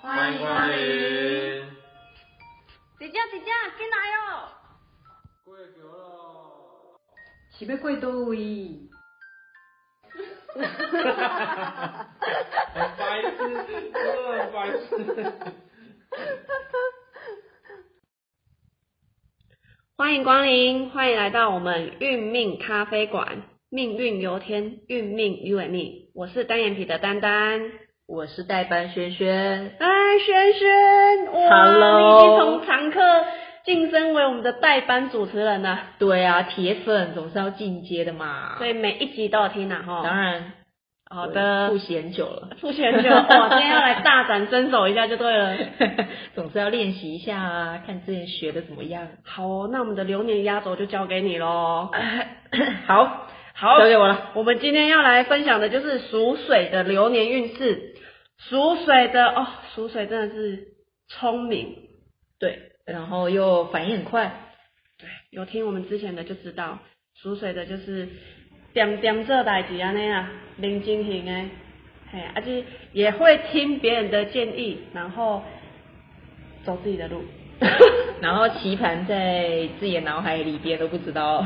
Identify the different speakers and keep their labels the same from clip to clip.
Speaker 1: 欢迎光临。
Speaker 2: 姐姐姐姐，进来哟、哦。
Speaker 3: 过桥咯。
Speaker 4: 是要过倒位？
Speaker 3: 哈哈哈！很白痴，真的很白痴。
Speaker 5: 欢迎光临，欢迎来到我们运命咖啡馆。命运由天，运命由你。我是单眼皮的丹丹，
Speaker 1: 我是代班轩轩。
Speaker 5: 哎，轩轩，哇
Speaker 1: ，Hello
Speaker 5: 你已经从常客晋升为我们的代班主持人了，
Speaker 1: 对啊，铁粉总是要进阶的嘛。
Speaker 5: 所以，每一集都有听啊，哈。
Speaker 1: 当然，
Speaker 5: 好的
Speaker 1: 不，嫌久了，
Speaker 5: 付钱就哇，今天要来大展身手一下就对 了。
Speaker 1: 总是要练习一下啊，看之前学的怎么样。
Speaker 5: 好哦、那我们的流年压轴就交给你喽。
Speaker 1: 好，
Speaker 5: 好，
Speaker 1: 交给我了。
Speaker 5: 我们今天要来分享的就是属水的流年运势。属水的哦，属水真的是聪明，
Speaker 1: 对，然后又反应很 快，
Speaker 5: 对，有听我们之前的就知道，属水的就是点点这代志安尼啦，零精型诶，嘿，而且也会听别人的建议，然后走自己的路。
Speaker 1: 然后棋盘在自己的脑海里边都不知 道。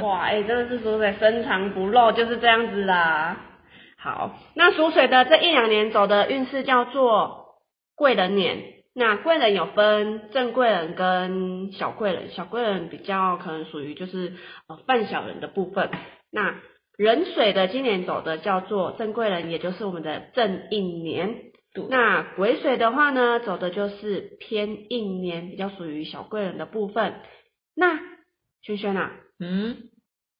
Speaker 5: 哇，哎、真的是属水深藏不露，就是这样子啦。好，那属水的这一两年走的运势叫做贵人年。那贵人有分正贵人跟小贵人，小贵人比较可能属于就是呃犯小人的部分。那壬水的今年走的叫做正贵人，也就是我们的正印年。
Speaker 1: 对
Speaker 5: 那癸水的话呢，走的就是偏印年，比较属于小贵人的部分。那轩轩啊，
Speaker 1: 嗯，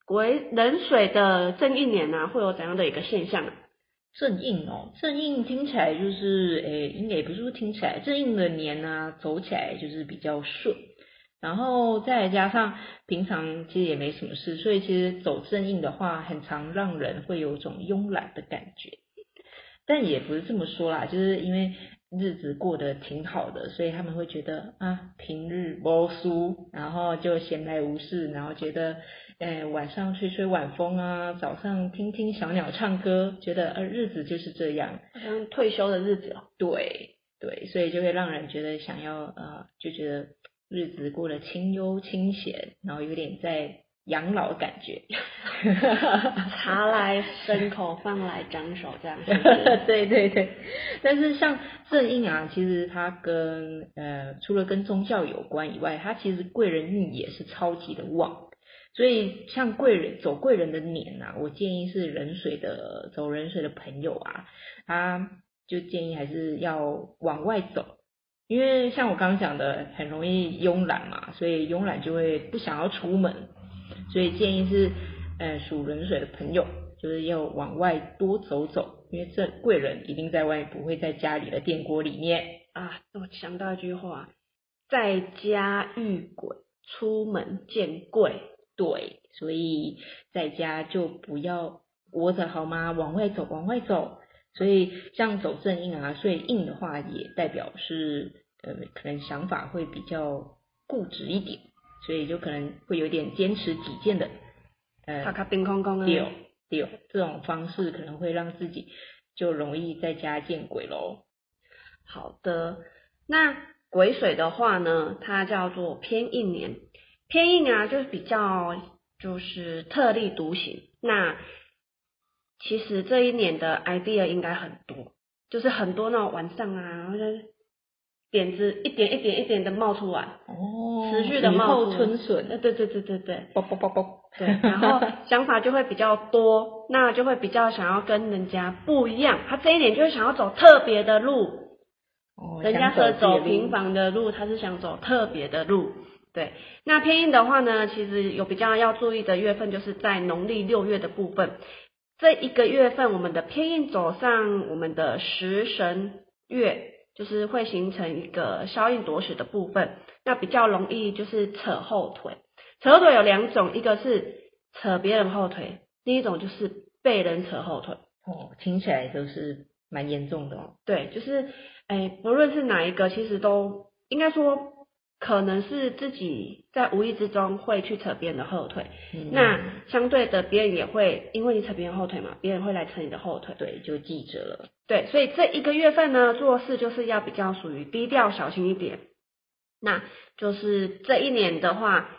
Speaker 5: 癸冷水的正一年啊，会有怎样的一个现象啊？
Speaker 1: 正印哦，正印听起来就是，诶，应该也不是说听起来，正印的年啊，走起来就是比较顺。然后再加上平常其实也没什么事，所以其实走正印的话，很常让人会有种慵懒的感觉。但也不是这么说啦，就是因为日子过得挺好的，所以他们会觉得啊，平日无书，然后就闲来无事，然后觉得，呃，晚上吹吹晚风啊，早上听听小鸟唱歌，觉得呃，日子就是这样。
Speaker 5: 好像退休的日子哦。
Speaker 1: 对对，所以就会让人觉得想要呃，就觉得日子过得清幽清闲，然后有点在养老的感觉。
Speaker 5: 茶来伸口，饭来张手，这样是不是
Speaker 1: 对对对，但是像正印啊，其实它跟呃除了跟宗教有关以外，它其实贵人运也是超级的旺。所以像贵人走贵人的年啊，我建议是壬水的走壬水的朋友啊，他就建议还是要往外走，因为像我刚刚讲的，很容易慵懒嘛，所以慵懒就会不想要出门，所以建议是，呃，属壬水的朋友就是要往外多走走，因为这贵人一定在外，不会在家里的电锅里面。
Speaker 5: 啊，我想到一句话：在家遇鬼，出门见鬼。
Speaker 1: 对，所以在家就不要窝着好吗？往外走，往外走。所以像走正印啊，所以印的话也代表是呃，可能想法会比较固执一点，所以就可能会有点坚持己见的，呃，
Speaker 5: 卡卡冰空空啊！
Speaker 1: 六六这种方式可能会让自己就容易在家见鬼喽。
Speaker 5: 好的，那癸水的话呢，它叫做偏印年，偏印啊就是比较就是特立独行。那其实这一年的 idea 应该很多，就是很多那种晚上啊，然后就是点子一点一点一点的冒出来，
Speaker 1: 哦
Speaker 5: 持续的
Speaker 1: 雨
Speaker 5: 冒
Speaker 1: 后
Speaker 5: 出
Speaker 1: 春
Speaker 5: 呃
Speaker 1: 笋，
Speaker 5: 对对对对对
Speaker 1: 啵啵啵啵。
Speaker 5: 对，然后想法就会比较多，那就会比较想要跟人家不一样。他这一年就是想要走特别的路，
Speaker 1: 哦
Speaker 5: 人家
Speaker 1: 想
Speaker 5: 是
Speaker 1: 自己的
Speaker 5: 走
Speaker 1: 路
Speaker 5: 平凡的路，他是想走特别的路。对，那偏印的话呢，其实有比较要注意的月份，就是在农历六月的部分。这一个月份，我们的偏印走上我们的食神月，就是会形成一个消印夺食的部分，那比较容易就是扯后腿。扯后腿有两种，一个是扯别人后腿，另一种就是被人扯后腿。
Speaker 1: 哦，听起来都是蛮严重的哦。
Speaker 5: 对，就是哎，不论是哪一个，其实都应该说可能是自己在无意之中会去扯别人的后腿，
Speaker 1: 嗯
Speaker 5: 那相对的别人也会因为你扯别人后腿嘛，别人会来扯你的后腿。
Speaker 1: 对就记着了，
Speaker 5: 对，所以这一个月份呢，做事就是要比较属于低调小心一点。那就是这一年的话，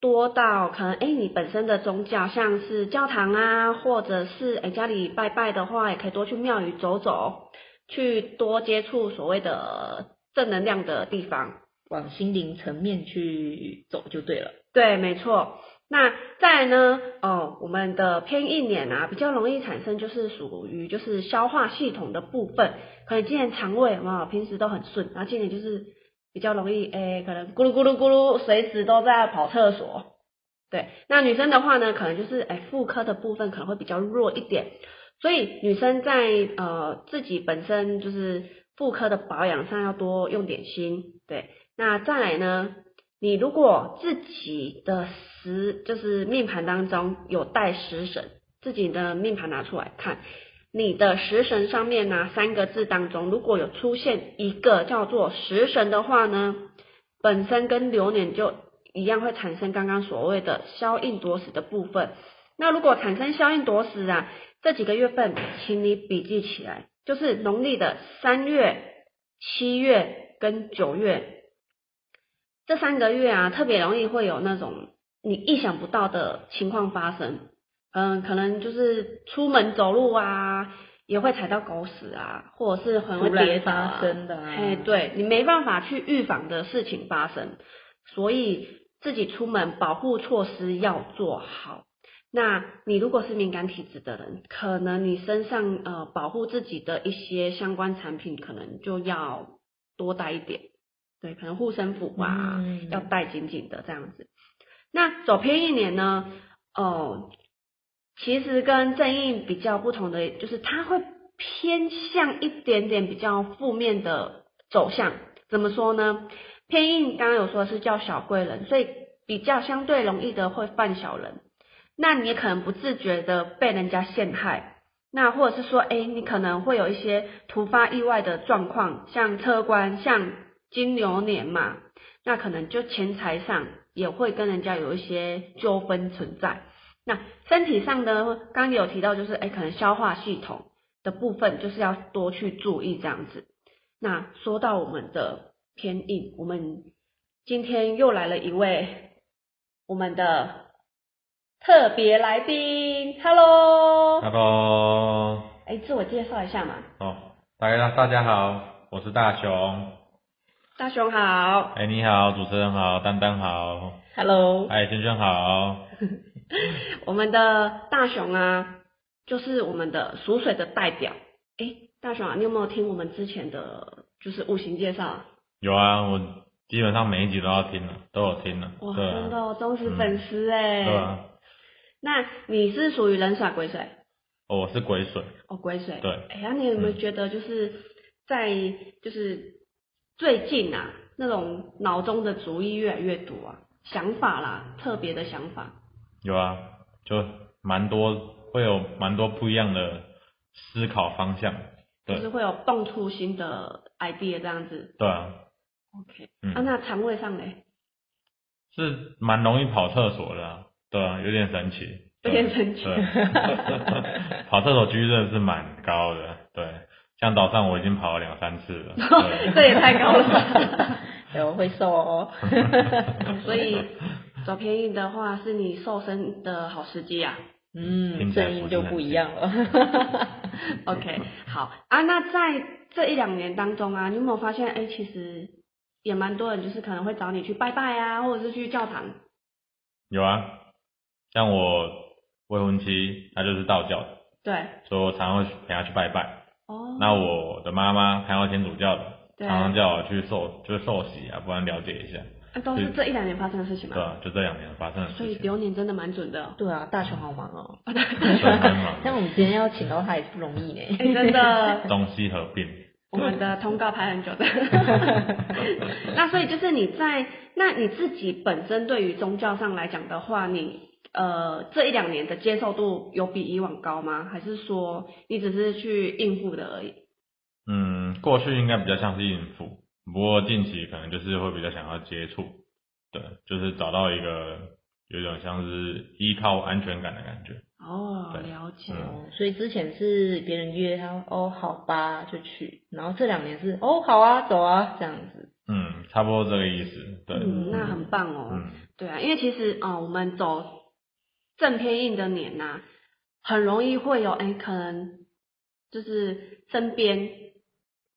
Speaker 5: 多到可能哎，诶你本身的宗教像是教堂啊，或者是哎家里拜拜的话，也可以多去庙宇走走，去多接触所谓的正能量的地方。
Speaker 1: 往心灵层面去走就对了。
Speaker 5: 对，没错。那再来呢？哦，我们的偏硬脸啊，比较容易产生就是属于就是消化系统的部分，可能今年肠胃有没有平时都很顺，然后今年就是比较容易诶，可能咕噜咕噜咕噜，随时都在跑厕所。对，那女生的话呢，可能就是哎妇科的部分可能会比较弱一点，所以女生在呃自己本身就是妇科的保养上要多用点心。对，那再来呢，你如果自己的十就是命盘当中有带食神，自己的命盘拿出来看，你的食神上面呢、三个字当中，如果有出现一个叫做食神的话呢，本身跟流年就一样会产生刚刚所谓的消印夺食的部分。那如果产生消印夺食啊，这几个月份，请你笔记起来，就是农历的三月、七月跟九月这三个月啊，特别容易会有那种你意想不到的情况发生。嗯，可能就是出门走路啊，也会踩到狗屎啊，或者是很会
Speaker 1: 突然
Speaker 5: 跌倒啊
Speaker 1: 发生的啊
Speaker 5: 哎，对你没办法去预防的事情发生，所以自己出门保护措施要做好。那你如果是敏感体质的人，可能你身上呃保护自己的一些相关产品，可能就要多带一点。对，可能护身符啊，
Speaker 1: 嗯
Speaker 5: 要带紧紧的这样子。那走偏一年呢，哦、其实跟正印比较不同的，就是它会偏向一点点比较负面的走向。怎么说呢？偏印刚刚有说是叫小贵人，所以比较相对容易的会犯小人。那你也可能不自觉的被人家陷害，那或者是说，哎，你可能会有一些突发意外的状况，像车关，像金牛年嘛，那可能就钱财上也会跟人家有一些纠纷存在。那身体上呢，刚刚有提到就是，哎，可能消化系统的部分就是要多去注意这样子。那说到我们的偏硬，我们今天又来了一位我们的特别来宾，Hello，
Speaker 3: Hello，
Speaker 5: 哎，自我介绍一下嘛，
Speaker 3: 哦，大家大家好，我是大雄。
Speaker 5: 大雄好，
Speaker 3: 哎，你好，主持人好，丹丹好，
Speaker 1: Hello，
Speaker 3: 哎，轩轩好。
Speaker 5: 我们的大雄啊，就是我们的属水的代表。诶，大雄啊，你有没有听我们之前的就是五行介绍啊？
Speaker 3: 有啊，我基本上每一集都要听了，都有听了。
Speaker 5: 哇，
Speaker 3: 对
Speaker 5: 真的、
Speaker 3: 啊，
Speaker 5: 哦、忠实粉丝哎、
Speaker 3: 对啊。
Speaker 5: 那你是属于人耍鬼水
Speaker 3: 哦，我是鬼水。
Speaker 5: 哦，鬼水。
Speaker 3: 对嗯
Speaker 5: 哎呀，那你有没有觉得就是在就是最近啊，那种脑中的主意越来越多啊，想法啦，特别的想法。
Speaker 3: 有啊，就蛮多，会有蛮多不一样的思考方向。对
Speaker 5: 就是会有蹦出新的 idea 这样子
Speaker 3: 对啊，
Speaker 5: ，OK、
Speaker 3: 嗯
Speaker 5: 啊，那肠胃上嘞？
Speaker 3: 是蛮容易跑厕所的、啊。对啊，有点神奇。
Speaker 5: 有
Speaker 3: 对
Speaker 5: 点神奇
Speaker 3: 对 跑厕所几率真的是蛮高的。对，像早上我已经跑了两三次了。 对
Speaker 5: 这也太高了 吧！
Speaker 1: 有会瘦哦。
Speaker 5: 所以走便宜的话，是你瘦身的好时机啊。
Speaker 1: 嗯，
Speaker 3: 听起来
Speaker 1: 正音
Speaker 3: 不
Speaker 1: 就是
Speaker 3: 很
Speaker 1: 不一
Speaker 3: 清
Speaker 1: 样了。
Speaker 3: 嗯
Speaker 5: OK，好啊。那在这一两年当中啊，你有没有发现，哎、其实也蛮多人就是可能会找你去拜拜啊，或者是去教堂。
Speaker 3: 有啊，像我未婚妻，她就是道教的，
Speaker 5: 对，
Speaker 3: 所以我常常会陪她去拜拜。
Speaker 5: 哦，
Speaker 3: 那我的妈妈她要天主教的，
Speaker 5: 对
Speaker 3: 常常叫我去受，就是受洗啊，不然了解一下。
Speaker 5: 啊都是这一两年发生的事情嘛。
Speaker 3: 对啊，就这两年发生的事
Speaker 5: 所以
Speaker 3: 情。
Speaker 5: 流年真的蛮准的 哦。
Speaker 1: 对啊，大雄好忙哦。
Speaker 3: 对蛮忙的
Speaker 1: 像我们今天要请到他也不容易呢。
Speaker 5: 哎、真的。
Speaker 3: 东西合并，
Speaker 5: 我们的通告排很久的。 那所以就是你在那你自己本身对于宗教上来讲的话，你呃这一两年的接受度有比以往高吗？还是说你只是去应付的而已？
Speaker 3: 嗯，过去应该比较像是应付，
Speaker 6: 不过近期可能就是会比较想要接触，对，就是找到一个有点像是依靠安全感的感觉。
Speaker 5: 哦，
Speaker 6: 对
Speaker 5: 了解。
Speaker 6: 嗯
Speaker 1: 所以之前是别人约他，哦，好吧，就去。然后这两年是，哦，好啊，走啊，这样子。
Speaker 6: 嗯，差不多这个意思。对，
Speaker 5: 嗯，那很棒哦。
Speaker 6: 嗯
Speaker 5: 对啊，因为其实啊、呃我们走正偏硬的年呐、很容易会有哎，可能就是身边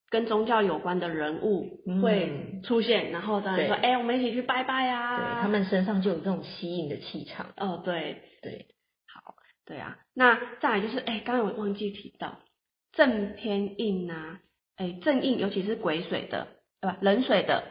Speaker 5: 跟宗教有关的人物
Speaker 1: 嗯
Speaker 5: 会出现，然后当然说
Speaker 1: 对
Speaker 5: 哎，我们一起去拜拜啊。
Speaker 1: 对他们身上就有这种吸引的气场。
Speaker 5: 哦，对
Speaker 1: 对，
Speaker 5: 好，对啊。那再来就是哎，刚刚我忘记提到正偏硬啊，哎，正硬尤其是癸水的，呃，不冷水的，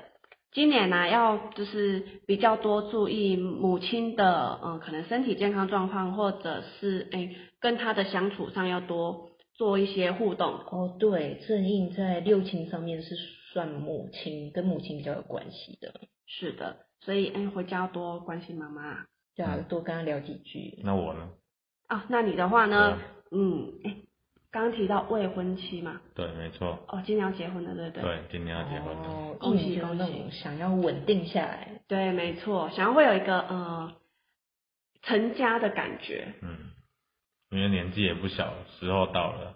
Speaker 5: 今年呢、要就是比较多注意母亲的，嗯、可能身体健康状况，或者是哎、跟她的相处上要多做一些互动。
Speaker 1: 哦，对，正印在六亲上面是算母亲，跟母亲比较有关系的。
Speaker 5: 是的，所以哎、回家要多关心妈妈啊。
Speaker 1: 对啊
Speaker 6: 嗯，
Speaker 1: 多跟他聊几句。
Speaker 6: 那我呢？
Speaker 5: 啊那你的话呢？嗯，哎、刚刚提到未婚妻嘛，
Speaker 6: 对，没错，
Speaker 5: 哦，今年要结婚了，对不对？
Speaker 6: 对，今天要结婚了。
Speaker 1: 哦，
Speaker 5: 恭喜
Speaker 1: 印就是那
Speaker 5: 恭
Speaker 1: 种想要稳定下 来。
Speaker 5: 对，没错，想要会有一个呃成家的感 觉。
Speaker 6: 嗯，因为年纪也不小，时候到了。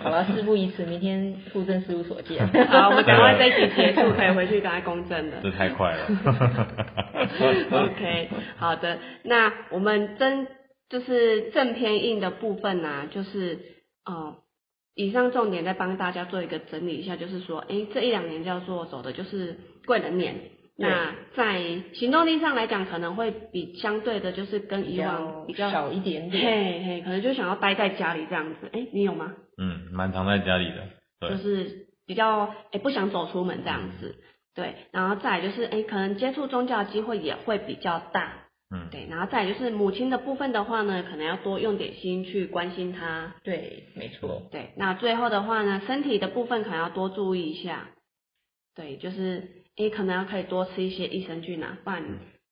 Speaker 1: 好了，事不宜迟，明天户政事务 所见。
Speaker 5: 好，我们赶快这一集结束，可以回去赶快公证了。
Speaker 6: 这 太快了。
Speaker 5: OK，好的，那我们真就是正偏硬的部分呢、就是呃，以上重点再帮大家做一个整理一下，就是说，诶，这一两年叫做走的就是贵人年。那在行动力上来讲，可能会比相对的，就是跟 以往比较
Speaker 1: 少一点 点。
Speaker 5: 嘿嘿，可能就想要待在家里这样子。诶，你有吗？
Speaker 6: 嗯，蛮常在家里的。
Speaker 5: 就
Speaker 6: 对，
Speaker 5: 是比较哎、诶不想走出门这样子，对，然后再来就是哎、诶可能接触宗教的机会也会比较大，
Speaker 6: 嗯，
Speaker 5: 对，然后再来就是母亲的部分的话呢，可能要多用点心去关心她，
Speaker 1: 对，没错。
Speaker 5: 对，那最后的话呢，身体的部分可能要多注意一下，对，就是哎、诶可能要可以多吃一些益生菌啊，不然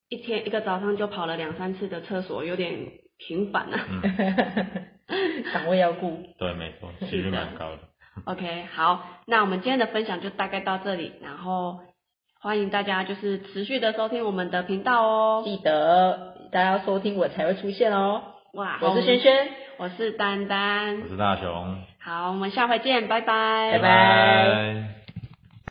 Speaker 5: 一天一个早上就跑了两三次的厕所，有点频繁啊。
Speaker 1: 岗位要顾。
Speaker 6: 嗯对，没 错，几率蛮高的。
Speaker 5: OK，好，那我们今天的分享就大概到这里，然后欢迎大家就是持续的收听我们的频道哦。
Speaker 1: 记得大家要收听我才会出现哦。
Speaker 5: 哇，
Speaker 1: 我是轩，轩，
Speaker 5: 我是丹丹
Speaker 6: 我，是大雄，
Speaker 5: 好，我们下回见，拜拜，
Speaker 1: 拜拜
Speaker 6: 拜